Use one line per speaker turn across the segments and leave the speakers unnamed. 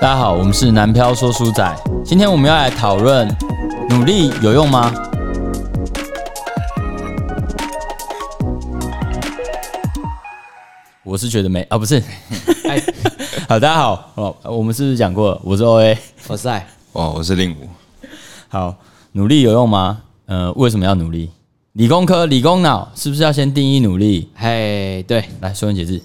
大家好，我们是南漂说书仔，今天我们要来讨论努力有用吗？我是觉得没啊，不是。哎， 好，大家好，哦，我们是不是讲过了？我是 O A。
我是爱，
哦，我是令武，
好，努力有用吗？呃，为什么要努力？理工科、理工脑是不是要先定义努力？
嘿，对，
来，说文解字。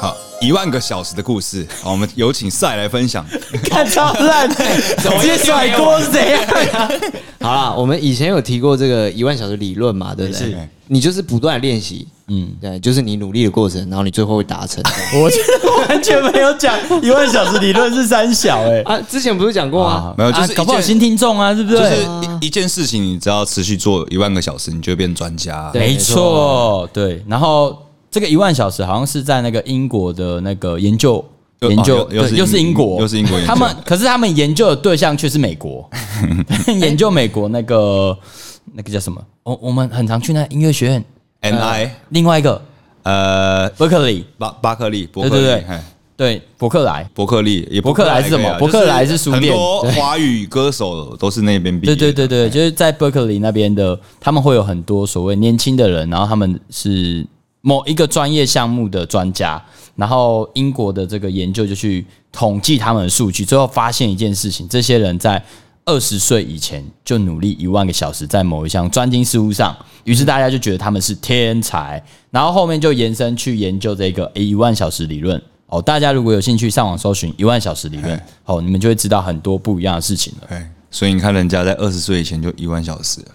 好，一万个小时的故事，好，我们有请赛来分享。
看超烂，直接甩锅是怎样？
好啦，我们以前有提过这个一万小时理论嘛，对不对？
是
你就是不断地练习，
嗯
嗯，对，就是你努力的过程，然后你最后会 达成。
我真的完全没有讲一万小时理论是三小哎、
啊，之前不是讲过吗？
没有就是
啊搞不好
一件
新听众啊，对不对？
就是一一件事情，你只要持续做一万个小时，你就会变专家。
对
没
没
错，对。然后这个一万小时好像是在那个英国的那个研究
又
研究
哦，又又
对
是
又是
英
英国，
又是英国研究
他们可是他们研究的对象却是美 国，研究美国那个那个叫什么？我我们很常去那音乐学院，
N I，
另外一个
呃，
伯克利，
巴巴克利，伯克
对
利，
对对
嘿
对，伯克莱。
伯克利，也
伯克莱是什么
也可以啊
伯克莱是书店
就是很多华语歌手都是那边毕业
对
的。
对对对，就是在 Berkeley 那边的，他们会有很多所谓年轻的人，然后他们是某一个专业项目的专家，然后英国的这个研究就去统计他们的数据，最后发现一件事情：这些人在二十岁以前就努力一万个小时在某一项专精事务上，于是大家就觉得他们是天才，然后后面就延伸去研究这个一万小时理论。哦，大家如果有兴趣，上网搜寻一万小时理论
哎，
哦，你们就会知道很多不一样的事情了。
嘿，所以你看人家在二十岁以前就一万小时了，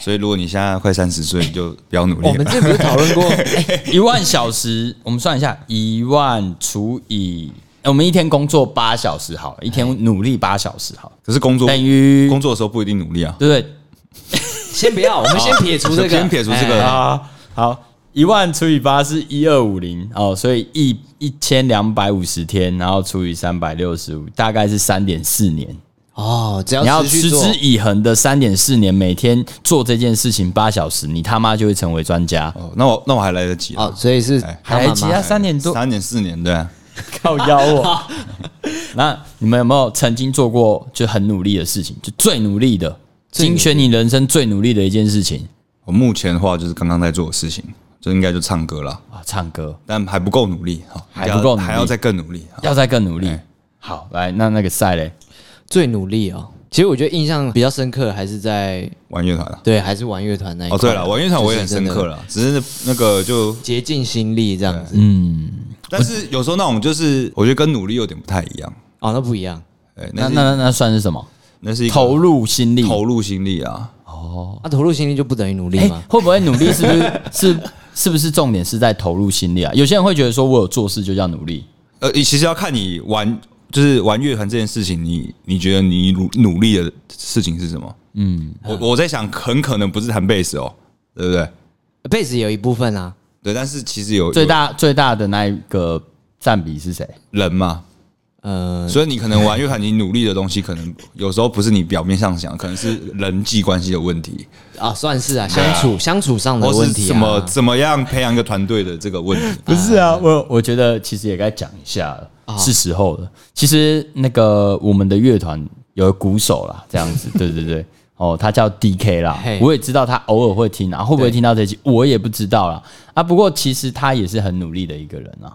所以如果你现在快三十岁，你就不要努力
我们
了。
这不是讨论 过？哎
一万小时，我们算一下，一万除以、呃我们一天工作八小时好了，一天努力八小时好了，
可是工作
等于
工作的时候不一定努力啊。
对不对？
先不要，我们先撇除这个，
先撇除这
哎
个
啊，好，一万除以八是一二五零哦，所以一一千两百五十天，然后除以三百六十五，大概是三点四年。
哦，只
你要
要持续
持
做
之以恒的三点四年，每天做这件事情八小时，你他妈就会成为专家。
哦，那我那我还来得及啊
哦，所以是
哎
他妈
其他
妈
三点多，
三年四年对啊。
靠腰
哦
我。 那你们有没有曾经做过就很努力的事情，就最努力的，精选你人生最努力的一件事情
我目前的话就是刚刚在做的事情，就应该就唱歌了，
啊？唱歌，
但还不够努力哈，
还不够努力
要还要再更努力哈。
要再更努力
哎。
好，来，那那个赛嘞，
最努力哦。其实我觉得印象比较深刻，还是在
玩乐团了，
对，还是玩乐团那一
哦
块
啊
对了，玩乐团我也很
就是真嗯
深
的
刻了，只是那个就，
竭尽心力这样子。
但是有时候那种就是我觉得跟努力有点不太一样，
哦，那不一样
哎，
那
那
那
那
那那算是什么？
那是一个
投入心力。
投入心力啊，
啊，投入心力就不等于努力
哎
吗？，
会不会努力？是不是 是是不是重点是在投入心力啊？有些人会觉得说我有做事就叫努力，
呃，其实要看你玩就是玩乐团这件事情，你你觉得你努努力的事情是什么？嗯，我我在想，很可能不是弹贝斯哦，对不对？
贝斯有一部分啊，
对，但是其实有
最
有
大最大的那一个占比是谁？
人嘛，
嗯
呃，
所以你可能玩乐团，你努力的东西，可能有时候不是你表面上想，可能是人际关系的 问题，
啊，算是啊，相处相处上的
或
问
是
题啊，
怎么怎么样培养一个团队的这个问题。
不是啊，我啊我觉得其实也该讲一下了，是时候了。其实那个我们的乐团有个鼓手啦，这 样子，对对对，哦，他叫 D K 啦
嘿，
我也知道他偶尔会听啊，会不会
对
听到这集我也不知道啦。啊，不过其实他也是很努力的一个人啊，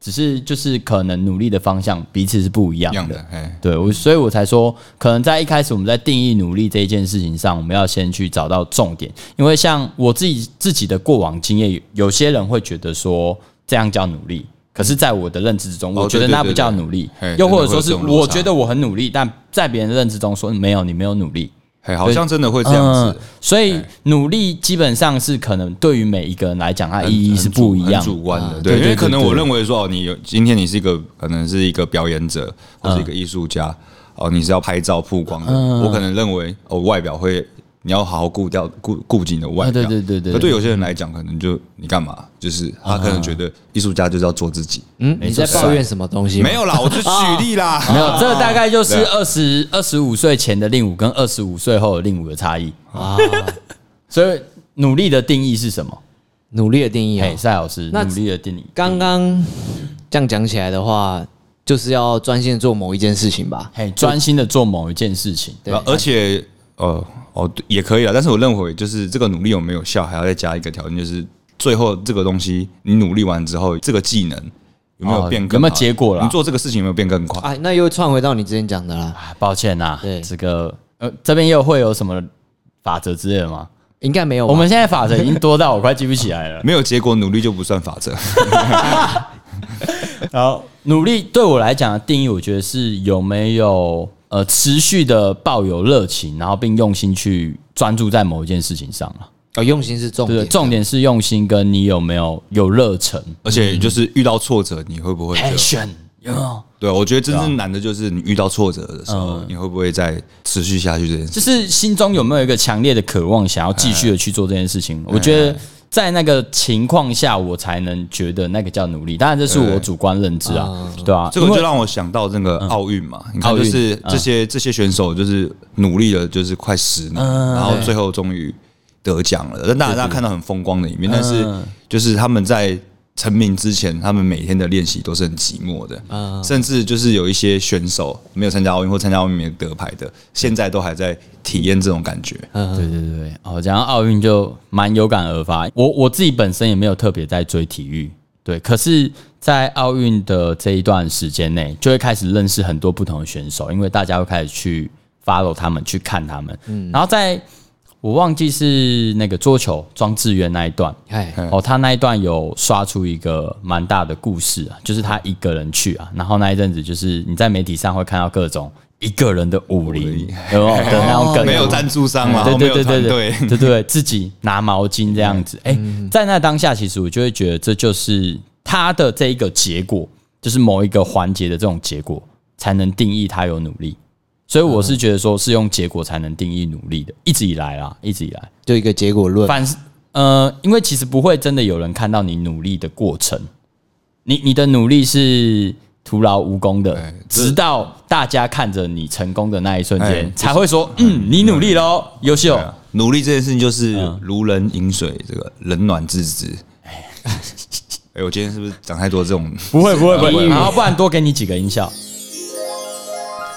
只是就是可能努力的方向彼此是不一样
一样
的。
的，哎，
对我，所以我才说，可能在一开始我们在定义努力这一件事情上，我们要先去找到重点，因为像我自己自己的过往经验，有有些人会觉得说这样叫努力，可是在我的认知之中，
哦
我觉得
对对
那
对
不叫
对
努力
嘿，
又
真的
或者
会
说
有
是
这种落
我
差
觉得我很努力，但在别人的认知中说没有，你没有努力，
嘿，好像真的会这样子
嗯，所以努力基本上是可能对于每一个人来讲，它
很
意义是
很主
不一
很
样的。啊
主观的，
对
对，因
对
为可能
对对
我认为说，哦，你有今天你是一个可能是一个表演者，或是一个艺术家，
嗯
哦，你是要拍照曝光的，我可能认为哦，外表会。你要好好顾掉顾顾及你的外
啊
表，
对对对对
可对有些人来讲，可能就你干嘛？就是他可能觉得艺术家就是要做自己，
嗯，你在抱怨什么东西吗？
没 有啦，我就举例啦。
哦
啊
没有，这大概就是
对
二十二十五岁前的令武跟二十五岁后的令武的差异。
啊，
所以努力的定义是什么？
努力的定义啊
哎嘿，。赛老师，
那
努力的定义，
刚刚这样讲起来的话，就是要专心地做某一件事情吧。
嘿，专心的做某一件事情。
对
然后而且呃哦对也可以啊，但是我认为就是这个努力有没有效，还要再加一个条件，就是最后这个东西你努力完之后，这个技能有没有
哦
变
有
更好、
没有结果啦
你做这个事情有没有变更快？
哎，那又串回到你之前讲的啦，
啊，抱歉呐、
对
这个呃，这边又会有什么法则之类的吗？
应该没有吧。
我们现在法则已经多到我快记不起来 了。
没有结果，努力就不算法则。
然后努力对我来讲的定义，我觉得是有没有呃持续的抱有热情，然后并用心去专注在某一件事情上啊了。
哦，用心是重
对，
点，
重点是用心跟你有没有有热忱。
而
嗯
且就是遇到挫折，你会不会就
Passion 有没有？
对，啊我觉得真
啊
正难的就是你遇到挫折的时候，
嗯
你会不会再持续下去这件事？
就是心中有没有一个强烈的渴望，想要继续的去做这件事情？我觉得在那个情况下，我才能觉得那个叫努力。当然，这是我主观认知啊，对啊，
这个就让我想到那个奥运嘛，你
嗯
看
奥运嗯
就是这些这些选手就是努力了，就是快十年，
嗯
然后最后终于得奖了。但大家大家看到很风光的一面，但是
嗯
就是他们在成名之前，他们每天的练习都是很寂寞
嗯
的，甚至就是有一些选手没有参加奥运或参加奥运没有得牌的，现在都还在体验这种感觉。
对对对，对哦，讲到奥运就蛮有感而发。我我自己本身也没有特别在追体育，对，可是，在奥运的这一段时间内，就会开始认识很多不同的选手，因为大家会开始去 follow 他们，去看他们。然后在我忘记是那个桌球庄智渊那一段，
哎，
哦，他那一段有刷出一个蛮大的故事啊，就是他一个人去啊，然后那一阵子就是你在媒体上会看到各种一个人的武林，有没 有的那种梗，啊
没有赞助商嘛，然
哎对对
嗯后没有
对
团
对
队
对，
嗯
对 对，自己拿毛巾这样子。哎、在那当下，其实我就会觉得这就是他的这一个结果，就是某一个环节的这种结果，才能定义他有努力。所以我是觉得说，是用结果才能定义努力的，一直以来啦，一直以来，
就一个结果论。
反呃，因为其实不会真的有人看到你努力的过程，你你的努力是徒劳无功的
哎，这
直到大家看着你成功的那一瞬
哎
间，才会说，嗯，你努力喽，优秀
对。啊努力这件事情就是
嗯
如人饮水，这个冷暖 自知。哎，我今天是不是讲太多这种
不会不会不
不
会，
会
然后不然多给你几个音效。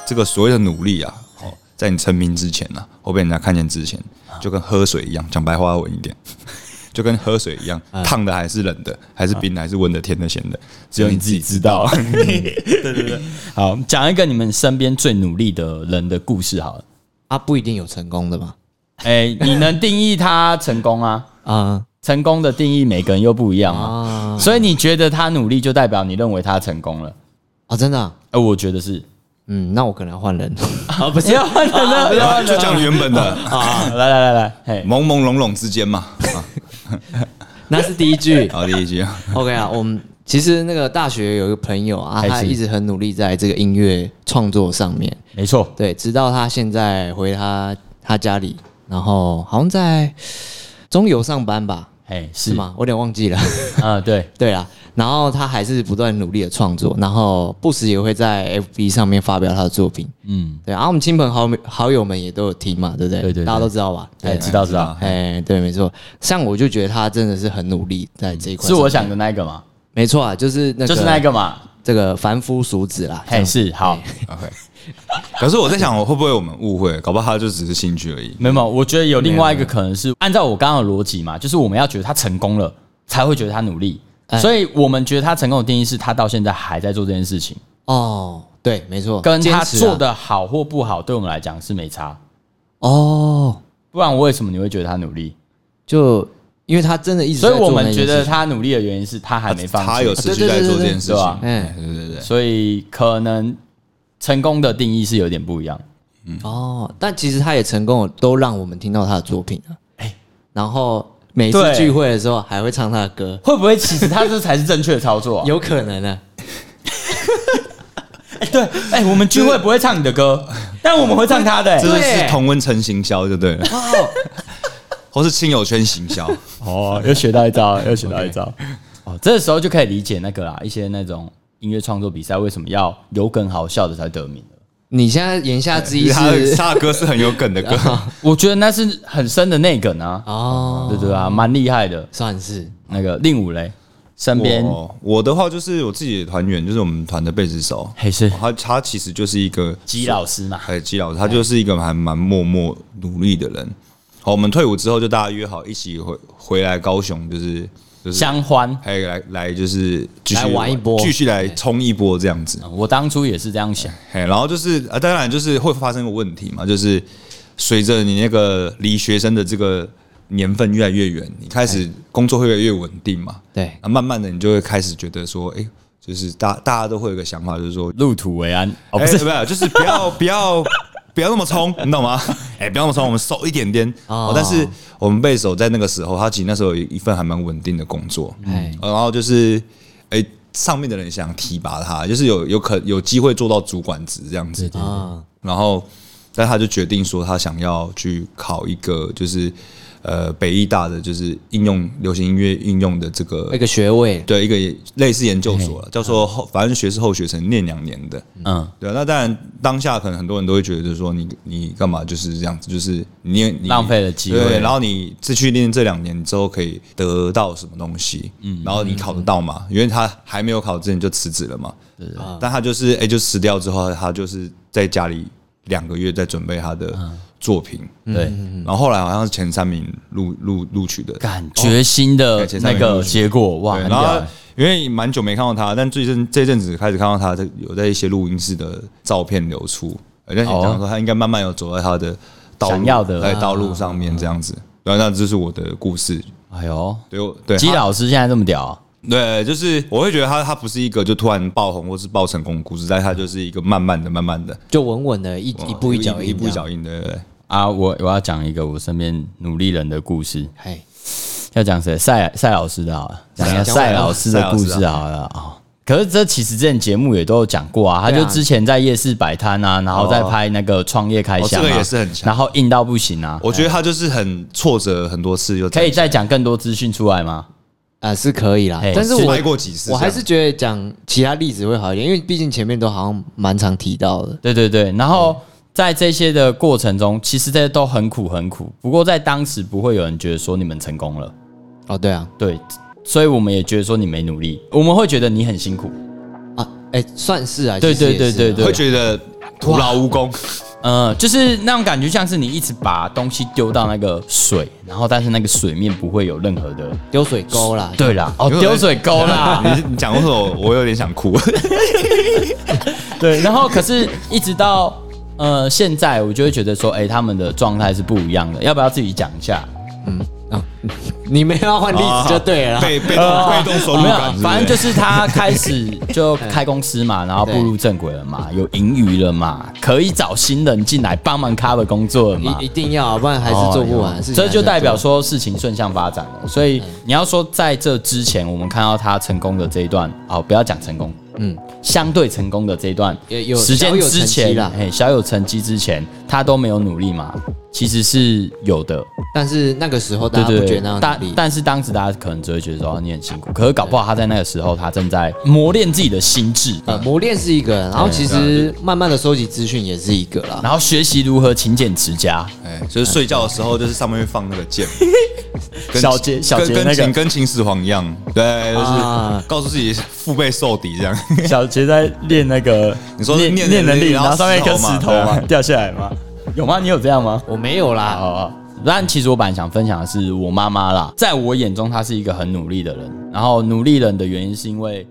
这个所谓的努力啊？哦，在你成名之前呢、啊，或被人家看见之前，
啊
就跟喝水一样，讲白话文一点， 就跟喝水一样，
嗯
烫的还是冷的，还是冰
啊
的，还是温的，甜的，咸的，只有你自己知道。
好，讲一个你们身边最努力的人的故事好了。
啊，不一定有成功的嘛。
哎，你能定义他成功啊？
啊
成功的定义每个人又不一样嘛，
啊
所以你觉得他努力，就代表你认为他成功了。
啊！真的啊，
呃，我觉得是，
嗯，那我可能要 换人。
啊，不是要换人了，不 要换人
就
了
讲原本的，
啊！来来来来，嘿，
朦朦胧胧之间嘛。啊，
那是第一句。
好，第一句，
OK 啊，我们其实那个大学有一个朋友啊，
还是
他一直很努力在这个音乐创作上面，
没错，
对，直到他现在回他他家里，然后好像在中游上班吧，
嘿，
是？吗？我有点忘记了。
啊，对，
对啦，然后他还是不断努力的创作，然后不时也会在 FB 上面发表他的作品。
嗯，
对，然、啊后我们亲朋好友好友们也都有听嘛，对不对？
对对对
大家都知道吧？
哎，
对，
知道知道，
哎，对，没错。像我就觉得他真的是很努力在这一块
是
上面，
我想的那个嘛，
没错啊，就是那个，
就是那个嘛，
这个凡夫俗子啦。这
嘿，
样
是好，
OK。可是我在想，我会不会我们误会？搞不好他就只是兴趣而已。
没有没有，我觉得有另外一个可能是按照我刚刚的逻辑嘛，就是我们要觉得他成功了，才会觉得他努力。
哎
所以我们觉得他成功的定义是他到现在还在做这件事情，
哦，对，没错，
跟
坚
他
持啊
做的好或不好，对我们来讲是没差。
哦，
不然为什么你会觉得他努力？
就因为他真的一直在
所以
做
我
那
们觉
件
得
事情，
他努力的原因是他还没放弃，
他有持续在做这件事
对
情，
啊
嗯
对对对，
所以可能成功的定义是有点不一样。嗯
哦，但其实他也成功，都让我们听到他的作品了。
哎
然后每次
对
聚会的时候还会唱他的歌，
会不会其实他这才是正确的操作、啊？
有可能呢、
哎对，哎、我们聚会不会唱你的歌，但我们会唱他的、
这
哎
是是同温层行销，就对了， 或是亲友圈行销。
哦，又学到一 招，又学到一招。哦，这时候就可以理解那个啦，一些那种音乐创作比赛为什么要有梗好笑的才得名了。
你现在言下
哎
之意
他的
是
他的歌是很有梗的歌，
我觉得那是很深的内梗啊，
哦，
对对啊，蛮厉害的。
算是
那个令武嘞，身边
我哦我的话就是我自己的团员，就是我们团的贝斯手，
还是
他他其实就是一个
基老师嘛，
还有基老师，他就是一个还蛮默默努力的人。好，我们退伍之后就大家约好一起回回来高雄，就是就是
相欢。
还有来来就是继续
来玩一波
继续来冲一波这样子。
嗯我当初也是这样想，
嘿，然后就是啊，当然就是会发生一个问题嘛，就是随着你那个离学生的这个年份越来越远，你开始工作会越来越稳定嘛，
对，
啊，慢慢的你就会开始觉得说，哎、就是大大家都会有一个想法，就是说，
入土为安哦，不
哎、
是，
不是，就是不 要不要不要那么冲，你懂吗？哎、不要那么冲，我们收一点点。
哦
哦，但是我们贝手在那个时候，他其实那时候有一份还蛮稳定的工作，
哎
然后就是，哎、上面的人想提拔他，就是有有可有机会做到主管职这样
嗯
子。
啊，
然后，但他就决定说，他想要去考一个就是呃北艺大的就是应用流行音乐应用的这个
哎
那个学位
对一个类似研究所了，叫做后，反正学士后学程，念两年的。
嗯，
对啊，那当然当下可能很多人都会觉得，就是说你你干嘛就是这样子，就是你念你
浪费了机会
对，然后你自去念这两年之后可以得到什么东西，嗯，然后你考得到嘛？因为他还没有考之前就辞职了嘛，对但他就是哎、就辞掉之后，他就是在家里两个月在准备他的作品，
对，
然后后来好像是前三名录录录取的，
感决心的那个结果，哇，
对，
很
然后
屌
因为蛮久没看到他，但最近这阵子开始看到他在有在一些录音室的照片流出，而且
哦
讲说他应该慢慢有走在他的道路
想要的
在道路上面这样子。对，那这是我的故事。
哎呦，
对，我对，
基
他
老师现在这么屌啊，
对，就是我会觉得他他不是一个就突然爆红或是爆成功的故事，但他就是一个慢慢的、慢慢的
就稳稳的一一步一脚印
一步一
这样，
脚印，对对对。
啊我我要讲一个我身边努力人的故事，
哎，
要讲谁？赛赛老师的好了，讲一下
啊
讲
赛老师的故
赛老
事
师
好了啊、哦可是这其实之前节目也都有讲过啊，他
对啊
就之前在夜市摆摊啊，然后再拍那个创业开箱、啊
哦这个也是很强
然后硬到不行啊。
我觉得他就是很挫折很多次，就
可以再讲更多资讯出来吗？
啊是可以啦
哎，
但是我
拍过几次这
我
样，
还是觉得讲其他例子会好一点，因为毕竟前面都好像蛮常提到的。
对对对，然
嗯
后在这些的过程中，其实这些都很苦很苦，不过在当时不会有人觉得说你们成功了，
哦，对啊，
对，所以我们也觉得说你没努力，我们会觉得你很辛苦，
啊，哎，算是啊，
对
其实也
对
是
对对
啊
对
会觉得徒劳无功。
呃，就是那种感觉，像是你一直把东西丢到那个水，然后但是那个水面不会有任何的。
丢水沟啦，
对啦，哦，丢水沟啦，
你你讲过后，我有点想哭。
对，然后可是一直到呃现在，我就会觉得说，哎、他们的状态是不一样的，要不要自己讲一下？
你们要换例子就对了啦。
被被动被动收入
啊呃没有啊
感，是不是
反正就是他开始就开公司嘛，然后步入正轨了嘛，有盈余了嘛，可以找新人进来帮忙 cover 工作了嘛，
一一定要啊，不然还
哦
是做不完。事情
这
还是
就
要
代表
做嗯
说事情顺向发展了。所以你要说在这之前，我们看到他成功的这一段，哦，不要讲成功，嗯，相对成功的这一段，
也有
时间之
小有成绩
前
啦，
嘿，小有成绩之前，他都没有努力嘛，其实是有的，
但是那个时候大
对
家不
对
觉
对
得那样
但
努力，
但是当时大家可能只会觉得说哦你很辛苦，可是搞不好他在那个时候，他正在磨练自己的心智，
呃，磨练是一个，然后其实慢慢的收集资讯也是一个啦。
然后学习如何勤俭持家。
哎，就是睡觉的时候，就是上面会放那个 键，跟
小节小节
跟
那
跟
个
秦跟秦始皇一样，对，
啊
就是告诉自己腹背受敌这样。
小杰在练那个
你说是
练
练
能
能力
力，然后上面一颗
然后
石
石
头
头嘛
嘛
对啊
掉下来吗？有吗？你有这样吗？
我没有啦，
哦，但其实我本来想分享的是我妈妈啦，在我眼中她是一个很努力的人，然后努力人的原因是因为